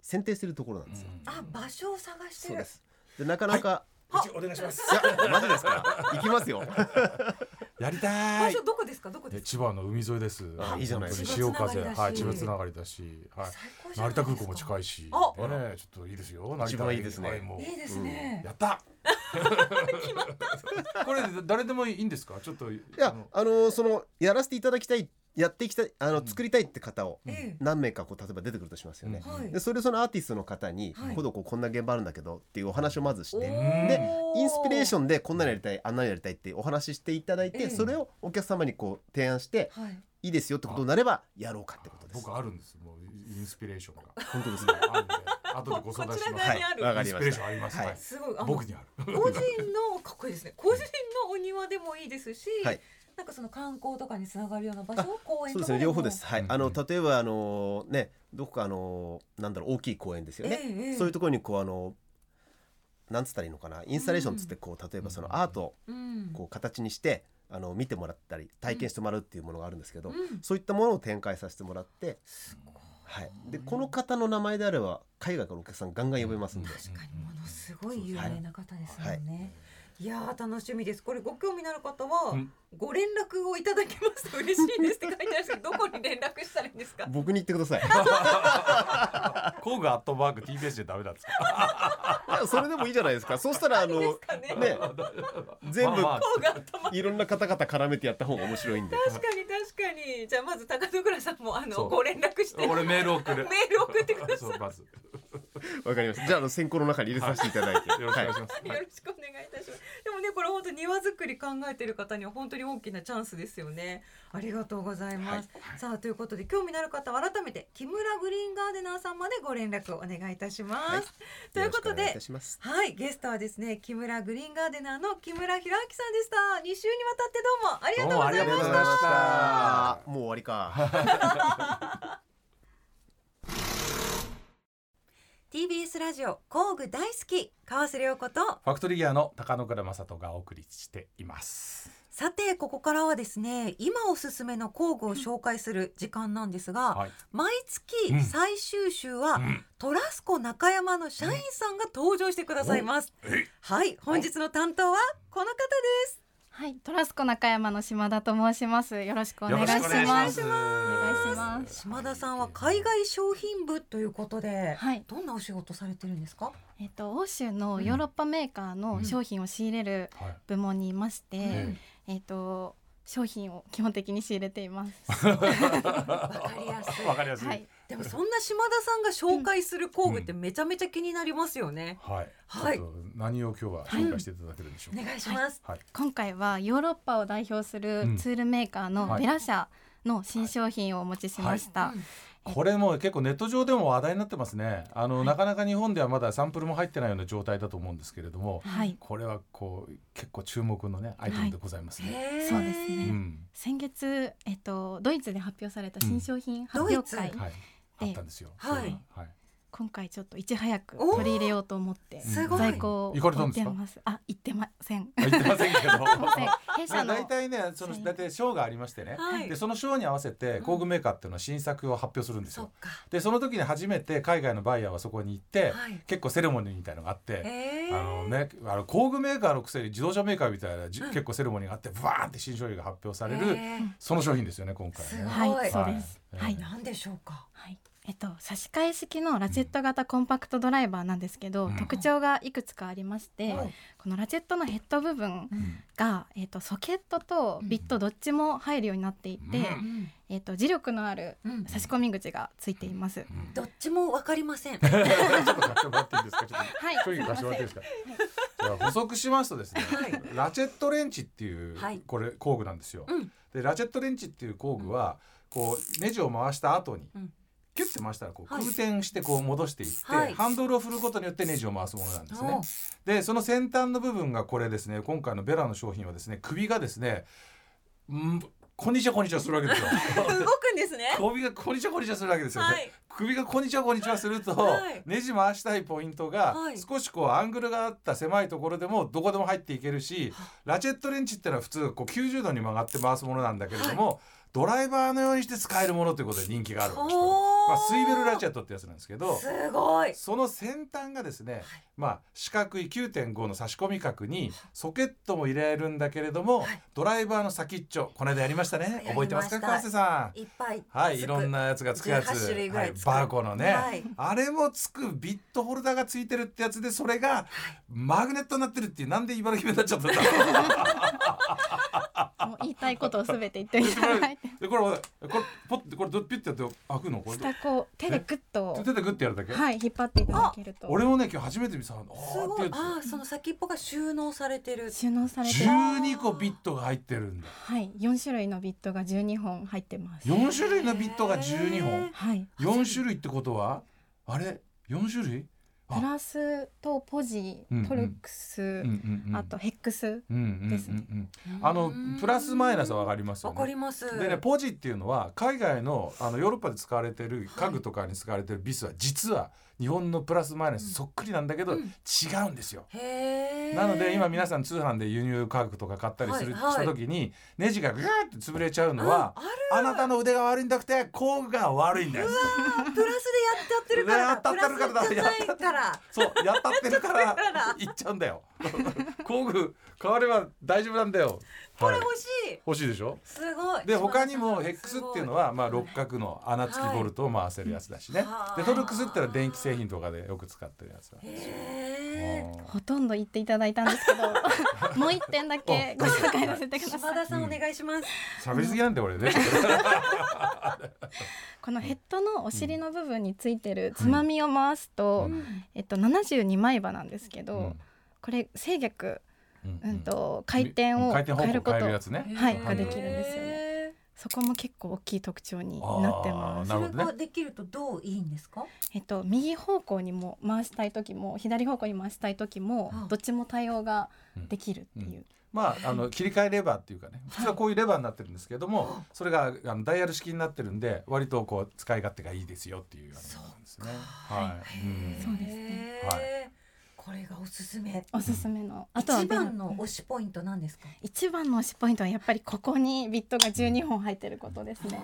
Speaker 4: 選定してるところなん
Speaker 3: う
Speaker 4: ですよ。
Speaker 3: ん。
Speaker 2: あ、場所を探してる。
Speaker 4: そうですでなかなか、
Speaker 3: うちお願いします。
Speaker 4: い、やマジですか行きますよ
Speaker 3: やりた
Speaker 2: 場
Speaker 3: い
Speaker 2: 所。どこですか、どこで
Speaker 3: え
Speaker 2: すか。
Speaker 3: 千葉の海沿いです。
Speaker 4: あいいじゃないです
Speaker 2: か
Speaker 3: 潮風、
Speaker 2: 千葉つながりだし
Speaker 3: はい、千葉つながりだし、はい。
Speaker 2: 最高じゃないですか
Speaker 3: 成田空港も近いし、ね
Speaker 2: あ
Speaker 3: え、ちょっといいですよ。成
Speaker 4: 一
Speaker 3: 田
Speaker 4: 番いいですね
Speaker 3: はもう
Speaker 2: いいですね。
Speaker 3: やった。これ誰でもいいんですか。ちょっとい
Speaker 4: いやあのーそのやらせていただきたいやっていきたいあの、作りたいって方を
Speaker 2: え
Speaker 4: 何名かこう例えば出てくるとしますよね、
Speaker 3: うん
Speaker 2: はい
Speaker 4: で。それでそのアーティストの方に、
Speaker 2: はい
Speaker 4: 今度こうこんな現場あるんだけどっていうお話をまずして、
Speaker 3: ー
Speaker 4: でインスピレーショ
Speaker 2: ン。
Speaker 4: ンでこんなのやりたいあんなのやりたいってお話ししていただいて、
Speaker 2: ええ
Speaker 4: それをお客様にこう提案して
Speaker 2: はい。
Speaker 4: いいですよってことになればやろうかってことです
Speaker 3: 僕あるんです。もうインスピレーションが
Speaker 4: 本当です
Speaker 3: あるんで後でご相談し
Speaker 5: こ
Speaker 3: ま
Speaker 5: ち
Speaker 3: す。
Speaker 5: ら側
Speaker 3: は
Speaker 5: にある
Speaker 4: わ
Speaker 3: いイ
Speaker 4: か
Speaker 3: ン
Speaker 4: り
Speaker 3: ス
Speaker 4: ま
Speaker 3: ピレー
Speaker 4: し
Speaker 3: ション
Speaker 4: た。
Speaker 3: あります。
Speaker 4: はい
Speaker 3: はい
Speaker 5: すごいあの
Speaker 3: 僕にあ
Speaker 5: 個
Speaker 3: る。
Speaker 5: 人のかっこいいですね個人のお庭でもいいですし、
Speaker 4: はい
Speaker 5: なんかその観光とかにつながるような場所公園
Speaker 4: そ
Speaker 5: と
Speaker 4: うで
Speaker 5: か
Speaker 4: すね、両方です。はい、あ
Speaker 3: う
Speaker 4: の
Speaker 3: んう
Speaker 4: 例えばあのね、どこかあのなんだろう大きい公園ですよね。
Speaker 5: ええ
Speaker 4: そういうところにこうあのなんつったらいいのかな、インスタレーションつってこう例えばそのアートを
Speaker 5: うん
Speaker 4: こう形にしてあの見てもらったり体験してもらうっていうものがあるんですけど、
Speaker 5: うん
Speaker 4: そういったものを展開させてもらって、はい。でこの方の名前であれば海外からお客さんガンガン呼べますんで、
Speaker 5: 確かにものすごい有名な方ですもんね。
Speaker 4: はい
Speaker 5: いやー楽しみです。これご興味のある方は
Speaker 3: うん
Speaker 5: ご連絡をいただけますと嬉しいですって書いてあるんですけど、どこに連絡したらいいんですか。
Speaker 4: 僕に言ってください。
Speaker 3: 工具アットマーク TBS でダメなんですか。
Speaker 4: いやそれでもいいじゃないですか。そしたらあの
Speaker 5: で
Speaker 4: ね
Speaker 5: すかね。
Speaker 4: 全部
Speaker 3: まあまあ
Speaker 5: 方が頭
Speaker 4: いろんな方々絡めてやった方が面白いんで。
Speaker 5: 確かに確かに。じゃあまず高野倉さんもあ
Speaker 3: そ
Speaker 5: の
Speaker 3: う
Speaker 5: ご連絡してメ
Speaker 3: 俺メール送る。
Speaker 5: ール送ってください。
Speaker 3: そうまずよ
Speaker 4: わかりました。じゃあ、あの選考の中に入れさせていただいて。
Speaker 3: ろしくお願いしま
Speaker 5: よろしく
Speaker 3: す。
Speaker 5: お願いいたします。でもね、これ本当庭作り考えてる方には本当に大きなチャンスですよね。ありがとうございます。さあ、ということで、興味のある方は改めて木村グリーンガーデナーさんまでご連絡をお願いいたします。
Speaker 4: はい
Speaker 5: ということ
Speaker 4: よろしくお願い
Speaker 5: で
Speaker 4: いた。します。
Speaker 5: はい、ゲストはですね、木村グリーンガーデナーの木村博明さんでした。二週にわたってどうもありがとうございました。
Speaker 3: どうもありがとうございました
Speaker 4: あもう終わりか。
Speaker 2: TBS ラジオ工具大好き川瀬良子と
Speaker 3: ファクトリーギアの高野倉正人がお送りしています。
Speaker 2: さてここからはですね今おすすめの工具を紹介する時間なんですが、
Speaker 3: はい。
Speaker 2: 毎
Speaker 3: うん
Speaker 2: 月最終週は、
Speaker 3: うん
Speaker 2: トラスコ中山の社員さんが登場してくださいます、はい本日の担当はこの方です
Speaker 6: はい、トラスコ中山の島田と申します。よろしくお
Speaker 3: よ
Speaker 6: 願
Speaker 3: ろ
Speaker 6: いし
Speaker 3: しくお願
Speaker 6: ま
Speaker 3: い
Speaker 6: す。
Speaker 3: します。
Speaker 6: お願いしま
Speaker 2: 島田さんは海外商品部ということで、
Speaker 6: はい
Speaker 2: どんなお仕事されてるんですか
Speaker 6: えっと欧州のヨーロッパメーカーの商品を仕入れる
Speaker 3: はい。
Speaker 6: 部門にいまして、
Speaker 3: え
Speaker 6: えっと商品を基本的に仕入れています。
Speaker 2: わかり やすい
Speaker 3: えわかりやすい。
Speaker 6: は
Speaker 3: はいい。、
Speaker 2: でもそんな島田さんが紹介する工具ってめちゃめちゃ気になりますよね、はい
Speaker 3: ちょっと何を今日は紹介していただけるんでしょうか。
Speaker 2: お願いします、
Speaker 3: はい。
Speaker 6: 今回はヨーロッパを代表するツールメーカーのベラ社の新商品をお持ちしました。
Speaker 3: これも結構ネット上でも話題になってますね。あの、なかなか日本ではまだサンプルも入ってないような状態だと思うんですけれども、
Speaker 6: はい、
Speaker 3: これはこう結構注目のねアイテムでございますね。
Speaker 2: へー
Speaker 6: そうです
Speaker 3: う
Speaker 6: ね。
Speaker 3: ん、
Speaker 6: 先月えっとドイツで発表された新商品発表会、
Speaker 2: ドイ
Speaker 3: はい、あ
Speaker 6: で
Speaker 3: ったんですよ。
Speaker 2: はい
Speaker 3: それはい。
Speaker 6: 今回ちょっといち早く
Speaker 2: おー
Speaker 6: 取り入れようと思って
Speaker 2: すごい
Speaker 6: 在庫を
Speaker 3: 行かれたんですか
Speaker 6: 置いてますあ行ってません
Speaker 3: あ言ってません けど。
Speaker 6: 弊社
Speaker 3: だ
Speaker 6: の
Speaker 3: 大体ね、その大体賞がありましてね。
Speaker 2: はい
Speaker 3: でその賞に合わせて工具メーカーっていうのは新作を発表するんです
Speaker 2: そっ
Speaker 3: よ。
Speaker 2: か
Speaker 3: でその時に初めて海外のバイヤーはそこに行って、
Speaker 2: はい
Speaker 3: 結構セレモニーみたいのがあって。
Speaker 2: え
Speaker 3: あ
Speaker 2: ー
Speaker 3: のね、あの工具メーカーのくせに自動車メーカーみたいな、じゅ結構セレモニーがあってバーンって新商品が発表される、
Speaker 2: え
Speaker 3: その商品ですよね今回
Speaker 2: す
Speaker 3: ね。
Speaker 6: はい、
Speaker 2: はい
Speaker 6: そうです
Speaker 3: は
Speaker 6: はいい、
Speaker 2: ーなんでしょうか
Speaker 6: はいえっと差し替え式のラチェット型コンパクトドライバーなんですけど、
Speaker 3: うん
Speaker 6: 特徴がいくつかありまして、
Speaker 3: はい
Speaker 6: このラチェットのヘッド部分
Speaker 3: ん
Speaker 6: が、えっとソケットとビットどっちも入るようになっていて、
Speaker 3: うん
Speaker 6: えっと磁力のある
Speaker 2: うん
Speaker 6: 差し込み口がついています、
Speaker 2: どっちもわかりません
Speaker 3: ちょっと貸してもらっていいですか。ちょっと
Speaker 6: はい
Speaker 3: 商品貸してもらっていいですか。じゃあ補足しますとですね、ラチェットレンチっていう
Speaker 2: はい
Speaker 3: これ工具なんですよ。
Speaker 2: うん
Speaker 3: でラチェットレンチっていう工具はこうネジを回した後に
Speaker 2: うん。
Speaker 3: キュッて回したらこう
Speaker 2: はい
Speaker 3: 空転してこう戻していって、
Speaker 2: はい
Speaker 3: ハンドルを振ることによってネジを回すものなんですね
Speaker 2: お。
Speaker 3: でその先端の部分がこれですね今回のベラの商品はですね首がですね、うん、こんにちはこんにちはするわけですよ。
Speaker 5: 動くんですね。
Speaker 3: 首がこんにちはこんにちはするわけですよね。
Speaker 5: はい
Speaker 3: 首がこんにちはこんにちはすると、
Speaker 2: はい
Speaker 3: ネジ回したいポイントが
Speaker 2: はい
Speaker 3: 少しこうアングルがあった狭いところでもどこでも入っていけるし、ラチェットレンチってのは普通こう90度に曲がって回すものなんだけれども、ドライバーのようにして使えるものということで人気があるわけですよ。
Speaker 2: おー
Speaker 3: まあ、スイベルラチェットってやつなんですけど。
Speaker 2: すごい
Speaker 3: その先端がですね、まあ四角い9.5の差し込み角にソケットも入れられるんだけれども、ドライバーの先っちょこの間やりましたね
Speaker 2: りました
Speaker 3: 覚えてますか川瀬さん
Speaker 2: いっぱい
Speaker 3: はい、
Speaker 2: つく
Speaker 3: いろんなやつがつくやつ、
Speaker 2: 18種類ぐらいつく
Speaker 3: はいバーコのね、
Speaker 2: はい
Speaker 3: あれもつくビットホルダーがついてるってやつでそれがマグネットになってるっていうなんで茨城弁になっちゃったん だろう
Speaker 6: もう言いたいことをすべて言っていただい て
Speaker 3: でこれこれポッてこれドッピュッてやって開くのこれ
Speaker 6: 下こう手でグッと
Speaker 3: 手でグッてやるだけ、
Speaker 6: はい引っ張っていただけると
Speaker 3: 俺もね今日初めて見たのあ
Speaker 2: す
Speaker 3: ーっ
Speaker 2: ご
Speaker 3: て
Speaker 2: い
Speaker 3: やつ
Speaker 2: あーその先っぽが収納されてる
Speaker 6: 収納されてる
Speaker 3: 12個ビットが入ってるんだ
Speaker 6: はい4種類のビットが12本入ってます
Speaker 3: 4種類のビットが12
Speaker 2: へ
Speaker 3: 本
Speaker 2: ー
Speaker 6: はい
Speaker 3: 4種類ってことはあれ四種類？あ
Speaker 6: プラスとポジ
Speaker 3: うんうん
Speaker 6: トルクス、
Speaker 3: うんうん
Speaker 6: あとヘックス
Speaker 3: うんうんうんうん
Speaker 6: ですね
Speaker 3: あのプラスマイナスはわかりますよ
Speaker 5: わかり
Speaker 3: ね。
Speaker 5: ます。
Speaker 3: でねポジっていうのは海外のあのヨーロッパで使われてる家具とかに使われてるビスは実は日本のプラスマイナスそっくりなんだけど違うんですよ。
Speaker 5: へー
Speaker 3: なので今皆さん通販で輸入価格とか買ったりする、
Speaker 5: はいはい
Speaker 3: した時にネジがガーって潰れちゃうのは
Speaker 5: あ
Speaker 3: あなたの腕が悪いんだくて工具が悪いんです
Speaker 5: プラスでやっちゃってるからだ。
Speaker 3: ね
Speaker 5: プラスじゃないから。
Speaker 3: そうやったってるか
Speaker 5: や
Speaker 3: ら
Speaker 5: ったってるから
Speaker 3: 行っちゃうんだよ工具変われば大丈夫なんだよ
Speaker 5: これ
Speaker 3: はい
Speaker 5: 欲しい。
Speaker 3: 欲しいでしょ
Speaker 5: すごい。
Speaker 3: で他にもヘックスっていうのはまあ
Speaker 5: はい
Speaker 3: 六角の穴付きボルトを回せるやつだしね、
Speaker 5: はい
Speaker 3: でトルクスってのは電気製品とかでよく使ってるやつだ、
Speaker 5: へー
Speaker 6: ほとんど言っていただいたんですけ どもう一点だけご紹介させてくださ
Speaker 5: 島
Speaker 6: い
Speaker 5: 田さんお願いします。
Speaker 3: 喋りすぎなんだよ俺ね
Speaker 6: このヘッドのお尻の部分についてるつまみを回すと、えっと、72枚刃なんですけど、
Speaker 3: うん
Speaker 6: これ制逆、
Speaker 3: うん
Speaker 6: うんと回転を
Speaker 3: 回転方
Speaker 6: 変え
Speaker 3: 向
Speaker 6: るこ
Speaker 3: 変
Speaker 6: と
Speaker 3: えるやつね
Speaker 6: はい
Speaker 5: へー
Speaker 6: ができるんですよね。そこも結構大きい特徴になってま
Speaker 3: あー
Speaker 6: す。
Speaker 3: な
Speaker 5: そ
Speaker 3: る
Speaker 5: れ
Speaker 3: ほどね
Speaker 5: ができるとどういいんですか？
Speaker 6: えっと右方向にも回したい時も左方向に回したい時も
Speaker 5: うん
Speaker 6: どっちも対応ができるっていう。
Speaker 3: まあ、あの切り替えレバーっていうかね普通はこういうレバーになってるんですけども、それがあのダイヤル式になってるんで割とこう使い勝手がいいですよっていうようなものなんですね。はい、うん
Speaker 6: そうですね
Speaker 5: へー
Speaker 3: は
Speaker 5: これがおすすめ。
Speaker 6: おすすめのあとは
Speaker 5: 一番の推しポイントなんですか？
Speaker 6: 一番の推しポイントはやっぱりここにビットが12本入ってることですね。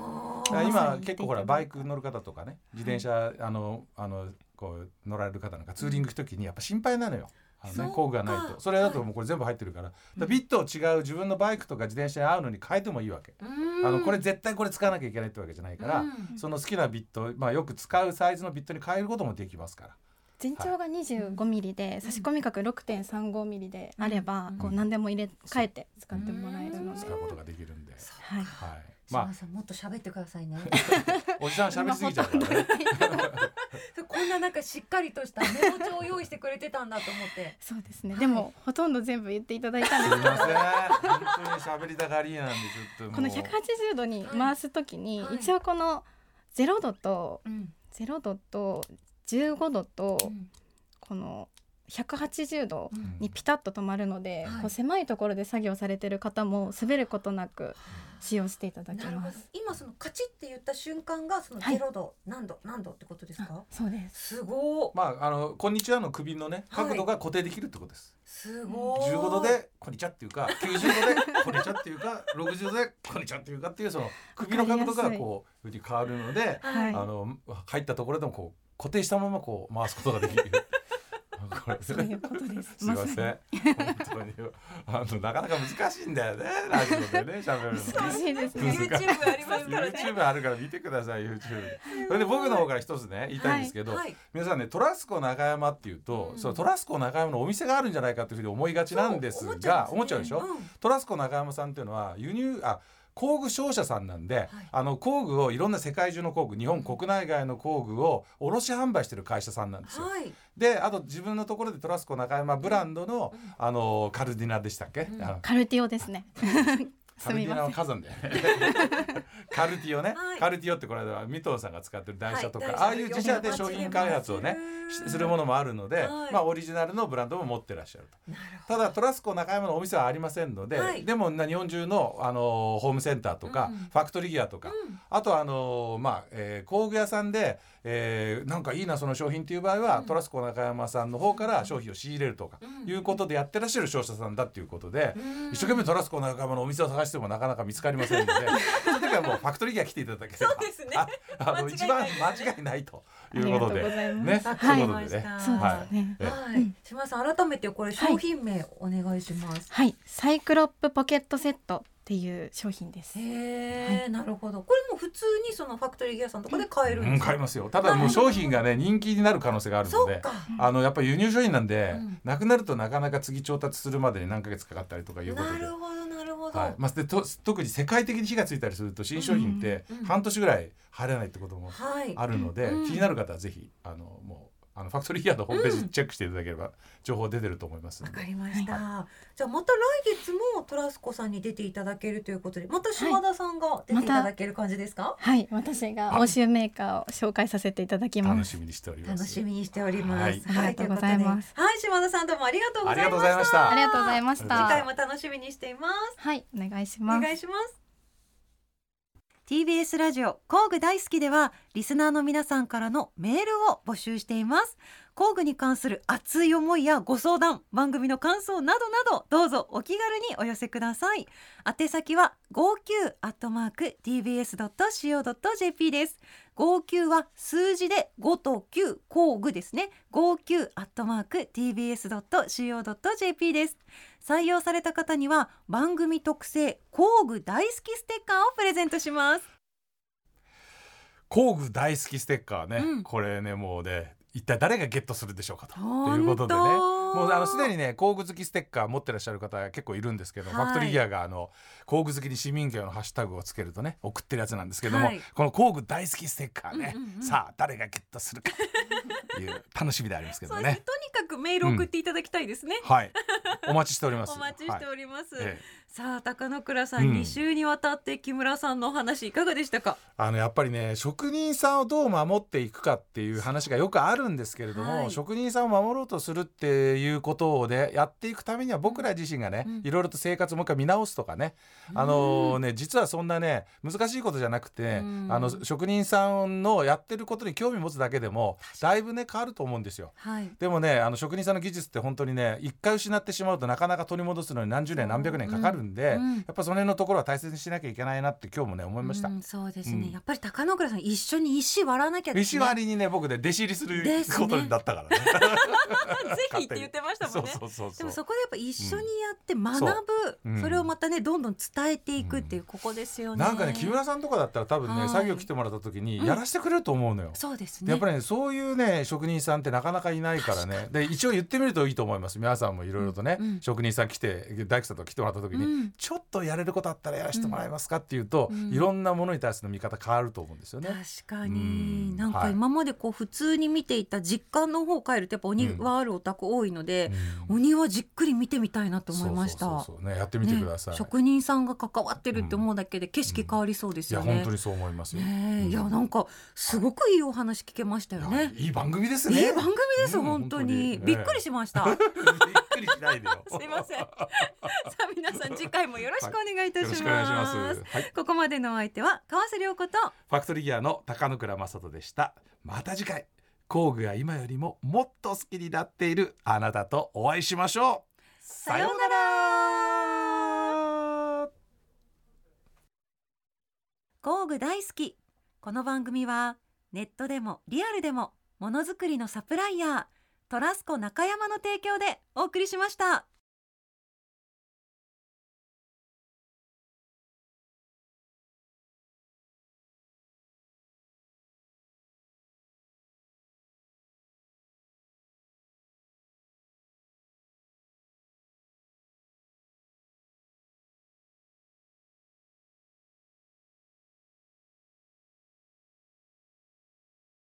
Speaker 3: だから
Speaker 6: まさ
Speaker 3: 今
Speaker 6: に
Speaker 3: 結構ほらバイク乗る方とかね自転車あのあのこう乗られる方なんかツーリング行く時にやっぱ心配なのよ。あの
Speaker 5: そう
Speaker 3: ね
Speaker 5: か、
Speaker 3: 工具がないとそれだともうこれ全部入ってるからだからビットを違う自分のバイクとか自転車に合うのに変えてもいいわけあ
Speaker 5: あ
Speaker 3: のこれ絶対これ使わなきゃいけないってわけじゃないからその好きなビット、まあ、よく使うサイズのビットに変えることもできますから
Speaker 6: 全長が25ミリで差し込み角6.35ミリであれば
Speaker 5: うん
Speaker 6: こう何でも入れ替えて使ってもらえるので
Speaker 3: 使。うことができるんで。
Speaker 6: はい。
Speaker 3: はい、
Speaker 5: 島
Speaker 3: ま
Speaker 5: 田さんもっと喋ってくださいね。
Speaker 3: あおじさん喋りすぎちゃうからね。
Speaker 5: そうこんななんかしっかりとしたメモ帳を用意してくれてたんだと思って。
Speaker 6: そうですね。でもほとんど全部言っていただいたん
Speaker 3: す
Speaker 6: で
Speaker 3: い
Speaker 6: す
Speaker 3: ません本当に喋りたがりなんでちょっと
Speaker 6: この
Speaker 3: もう
Speaker 6: 180度に回すときに、
Speaker 5: はい
Speaker 6: 一応この0度と
Speaker 5: うん
Speaker 6: 0度と15度と、
Speaker 5: うん
Speaker 6: この180度
Speaker 5: うん
Speaker 6: にピタッと止まるので、
Speaker 5: はい
Speaker 6: こう狭いところで作業されてる方も滑ることなく使用していただき
Speaker 5: なるほ
Speaker 6: ま
Speaker 5: ど
Speaker 6: す。
Speaker 5: 今そのカチって言った瞬間がその
Speaker 6: はい
Speaker 5: ゼロ度何度何度ってことです
Speaker 6: あ
Speaker 5: か？
Speaker 6: そうです。
Speaker 5: すごー
Speaker 3: まああのこんにちはの首のね
Speaker 5: はい
Speaker 3: 角度が固定できるってことです。
Speaker 5: すごーい。
Speaker 3: 15度でこんにちはっていうか、90度でこんにちはっていうか、60度でこんにちはっていうかっていうその首の角度
Speaker 6: わ
Speaker 3: が
Speaker 6: かりやすい
Speaker 3: こうふうに変わるので、
Speaker 6: は
Speaker 3: あ
Speaker 6: い。
Speaker 3: の入ったところでもこう固定したままこう回すことができる。これ
Speaker 6: そういうことです。
Speaker 3: すいま
Speaker 6: ま
Speaker 3: せ
Speaker 6: さ
Speaker 3: ん。本当にあのなかなか難しいんだよね。ラジオでね喋るのね。
Speaker 6: に難しいですね。
Speaker 5: YouTube ありますからね。
Speaker 3: YouTube あるから見てください YouTube それで僕の方から一つね言いたいんですけど、
Speaker 5: はい。
Speaker 3: 皆さんねトラスコ中山っていうと、
Speaker 5: うん
Speaker 3: そのトラスコ中山のお店があるんじゃないかというふうに思いがちなんです
Speaker 5: そう
Speaker 3: が思っちゃう,、
Speaker 5: ね
Speaker 3: でしょ、トラスコ中山さんっていうのは輸入あ工具商社さんなんで、あの工具をいろんな世界中の工具日本国内外の工具を卸販売してる会社さんなんです
Speaker 5: うん
Speaker 3: よ。
Speaker 5: はい。
Speaker 3: であと自分のところでトラスコ中山ブランドの,、
Speaker 5: うん
Speaker 3: あのカルディナでしたっけ、
Speaker 5: うん
Speaker 3: あの
Speaker 6: カルティオです ね。
Speaker 3: カ
Speaker 6: す
Speaker 3: ルテ
Speaker 6: み
Speaker 3: ィナ
Speaker 6: ま
Speaker 3: の
Speaker 6: せん。
Speaker 3: 火山だよね カルティオね、
Speaker 5: はい
Speaker 3: カルティオってこの間ミトンさんが使ってる台車とか、
Speaker 5: はい
Speaker 3: ああいう自社で商品開発をね
Speaker 5: うん
Speaker 3: しするものもあるので、
Speaker 5: はい
Speaker 3: まあオリジナルのブランドも持ってらっしゃると
Speaker 5: なる
Speaker 3: ただトラスコ中山のお店はありませんので、
Speaker 5: はい
Speaker 3: でもな日本中の、あのーホームセンターとか、
Speaker 5: うん
Speaker 3: ファクトリーギアとか、
Speaker 5: うん
Speaker 3: あとはあのーまあ、えー工具屋さんで、えーなんかいいなその商品っていう場合は、トラスコ中山さんの方から商品を仕入れるとか、
Speaker 5: うん
Speaker 3: いうことでやってらっしゃる商社さんだっていうことで、
Speaker 5: うん
Speaker 3: 一生懸命トラスコ中山のお店を探してもなかなか見つかりませんので その時はもうファクトリーギア来ていただければ
Speaker 5: そうですね
Speaker 3: ああの
Speaker 5: 間違いない
Speaker 3: 一番間違いないということで
Speaker 6: ありがとうございます
Speaker 3: ね
Speaker 5: ほど。わ
Speaker 3: と
Speaker 5: かりました。
Speaker 3: いうことでね。
Speaker 6: そうですね。
Speaker 3: ええ
Speaker 5: はい。島田さん改めてこれ商品名お願いします。
Speaker 6: はい、サイクロップポケットセットっていう商品です。
Speaker 5: へえ、なるほど。これもう普通にそのファクトリーギアさんとかで買えるん
Speaker 3: う
Speaker 5: で
Speaker 3: ん、
Speaker 5: すか
Speaker 3: 買いますよ。ただもう商品がね人気になる可能性があるの
Speaker 5: そ
Speaker 3: で
Speaker 5: っか。
Speaker 3: あのやっぱり輸入商品なんで、
Speaker 5: うん
Speaker 3: なくなるとなかなか次調達するまでに何ヶ月かかったりとかいうこと
Speaker 5: な
Speaker 3: で
Speaker 5: る。ほどなるほど。
Speaker 3: はい、まあ、でと特に世界的に火がついたりすると新商品って
Speaker 5: うんうん
Speaker 3: 半年ぐらい入らないってことも
Speaker 5: はい。
Speaker 3: あるので、
Speaker 5: うん
Speaker 3: 気になる方はぜひあのもうあのファクトリーイヤーのホームページチェックしていただければ情報出てると思いますの
Speaker 5: わ
Speaker 3: で
Speaker 5: かりました、じゃあまた来月もトラスコさんに出ていただけるということでまた島田さんが出ていただける感じですか、
Speaker 6: はい、私が欧州メーカーを紹介させていただきま
Speaker 3: 楽
Speaker 6: す。
Speaker 3: しみにしております
Speaker 5: 楽しみにしております、
Speaker 6: はいありがとうございます
Speaker 5: とうことではい島田さんどうもありがとうご
Speaker 3: あり
Speaker 5: ざい
Speaker 3: がとう
Speaker 5: ました
Speaker 3: ございました
Speaker 6: ありがとうございまし
Speaker 3: 次
Speaker 5: 次回
Speaker 6: た。
Speaker 5: も楽しみにしています
Speaker 6: はい、お願いし
Speaker 5: お
Speaker 6: ます。
Speaker 5: 願いします
Speaker 2: TBS ラジオ工具大好きではリスナーの皆さんからのメールを募集しています工具に関する熱い思いやご相談番組の感想などなどどうぞお気軽にお寄せください宛先は59アットマーク tbs.co.jp です59は数字で5と9工具ですね59アットマーク tbs.co.jp です採用された方には番組特製工具大好きステッカーをプレゼントします
Speaker 3: 工具大好きステッカーね、
Speaker 2: うん
Speaker 3: これねもうね一体誰がゲットするでしょうかと
Speaker 2: 本当
Speaker 3: ということでねもうあのすでにね工具好きステッカー持ってらっしゃる方結構いるんですけど、
Speaker 2: はい
Speaker 3: ファクトリーギアがあの工具好きに市民権のハッシュタグをつけるとね送ってるやつなんですけども、
Speaker 2: はい
Speaker 3: この工具大好きステッカーね、
Speaker 2: うんうんうん
Speaker 3: さあ誰がゲットするかという楽しみであります け
Speaker 2: そ
Speaker 3: ど
Speaker 2: うですね
Speaker 3: ね。
Speaker 2: とにかくメールを送っていただきたいですね、
Speaker 3: はい、お待ちしております。
Speaker 2: お待ちして
Speaker 3: はい
Speaker 2: おります、
Speaker 3: ええ
Speaker 2: さあ高野倉さん、
Speaker 3: うん
Speaker 2: 二週にわたって木村さんのお話いかがでしたか
Speaker 3: あのやっぱりね職人さんをどう守っていくかっていう話がよくあるんですけれども、
Speaker 2: はい
Speaker 3: 職人さんを守ろうとするっていうことをねやっていくためには僕ら自身がね、
Speaker 2: うん
Speaker 3: いろいろと生活をもう一回見直すとかね、あのね実はそんなね難しいことじゃなくてね、
Speaker 2: うん
Speaker 3: あの職人さんのやってることに興味持つだけでもだいぶね変わると思うんですよ。
Speaker 2: はい
Speaker 3: でもねあの職人さんの技術って本当にね一回失ってしまうとなかなか取り戻すのに何十年何百年かかるんで、
Speaker 2: うん
Speaker 3: やっぱその辺のところは大切にしなきゃいけないなって今日もね思いました。
Speaker 2: うん、そうですね、
Speaker 3: うん
Speaker 2: やっぱり高野倉さん一緒に石割らなきゃです
Speaker 3: 石
Speaker 2: ね
Speaker 3: 割りにね僕ね弟子入りする
Speaker 2: ですね
Speaker 3: ことになったからね。
Speaker 2: ぜひって言ってましたもんね
Speaker 3: そうそうそうそう
Speaker 2: で もそこでやっぱ一緒にやって学ぶ、
Speaker 3: うんそう
Speaker 2: それをまたねどんどん伝えていくっていうここですよね、
Speaker 3: なんかね木村さんとかだったら多分
Speaker 2: は
Speaker 3: ね
Speaker 2: い
Speaker 3: 作業来てもらった時
Speaker 2: うん
Speaker 3: にやらせてくれると思うのよ。
Speaker 2: そうです
Speaker 3: で
Speaker 2: ね
Speaker 3: やっぱりねそういうね職人さんってなかなかいないからねで一応言ってみるといいと思います皆さんもいろいろとね、
Speaker 2: うんうん
Speaker 3: 職人さん来て大工さんとか来てもらった時に、
Speaker 2: うん
Speaker 3: ちょっとやれることあったらやらせてもらえますかっていうと、
Speaker 2: うん
Speaker 3: いろんなものに対しての見方変わると思うんですよね。
Speaker 2: 確か
Speaker 3: う
Speaker 2: に
Speaker 3: ん
Speaker 2: なんか
Speaker 3: はい
Speaker 2: 今までこう普通に見ていた実家の方帰るとやっぱお庭あるお宅多いので、
Speaker 3: うん
Speaker 2: お庭じっくり見てみたいなと思いました。
Speaker 3: そうそうそうそうねやってみてください。
Speaker 2: ね、職人さんが関わってるって思うだけで景色変わりそうです
Speaker 3: いや
Speaker 2: よね。
Speaker 3: 本当にそう思いますよ。
Speaker 2: ねえ
Speaker 3: うん
Speaker 2: いやなんかすごくいいお話聞けましたよ
Speaker 3: いや
Speaker 2: ね。
Speaker 3: いい番組です
Speaker 2: いい
Speaker 3: ね。
Speaker 2: 番組です、
Speaker 3: うん
Speaker 2: 本当に
Speaker 3: 本当
Speaker 2: びっくりしま した。
Speaker 3: ええびっくりしないでよ。
Speaker 2: すいません。さ あ皆さん次回もよろしくお願いいた
Speaker 3: よろし
Speaker 2: し
Speaker 3: くお願いしま。
Speaker 2: ますす。
Speaker 3: はい、フ
Speaker 2: ここまでのお相手は川瀬良子と
Speaker 3: ァクトリーギアの高野倉正人でした。また次回、工具が今よりももっと好きになっているあなたとお会いしましょう。
Speaker 2: さようなら工具大好きこの番組はネットでもリアルでもものづくりのサプライヤートラスコ中山の提供でお送りしました。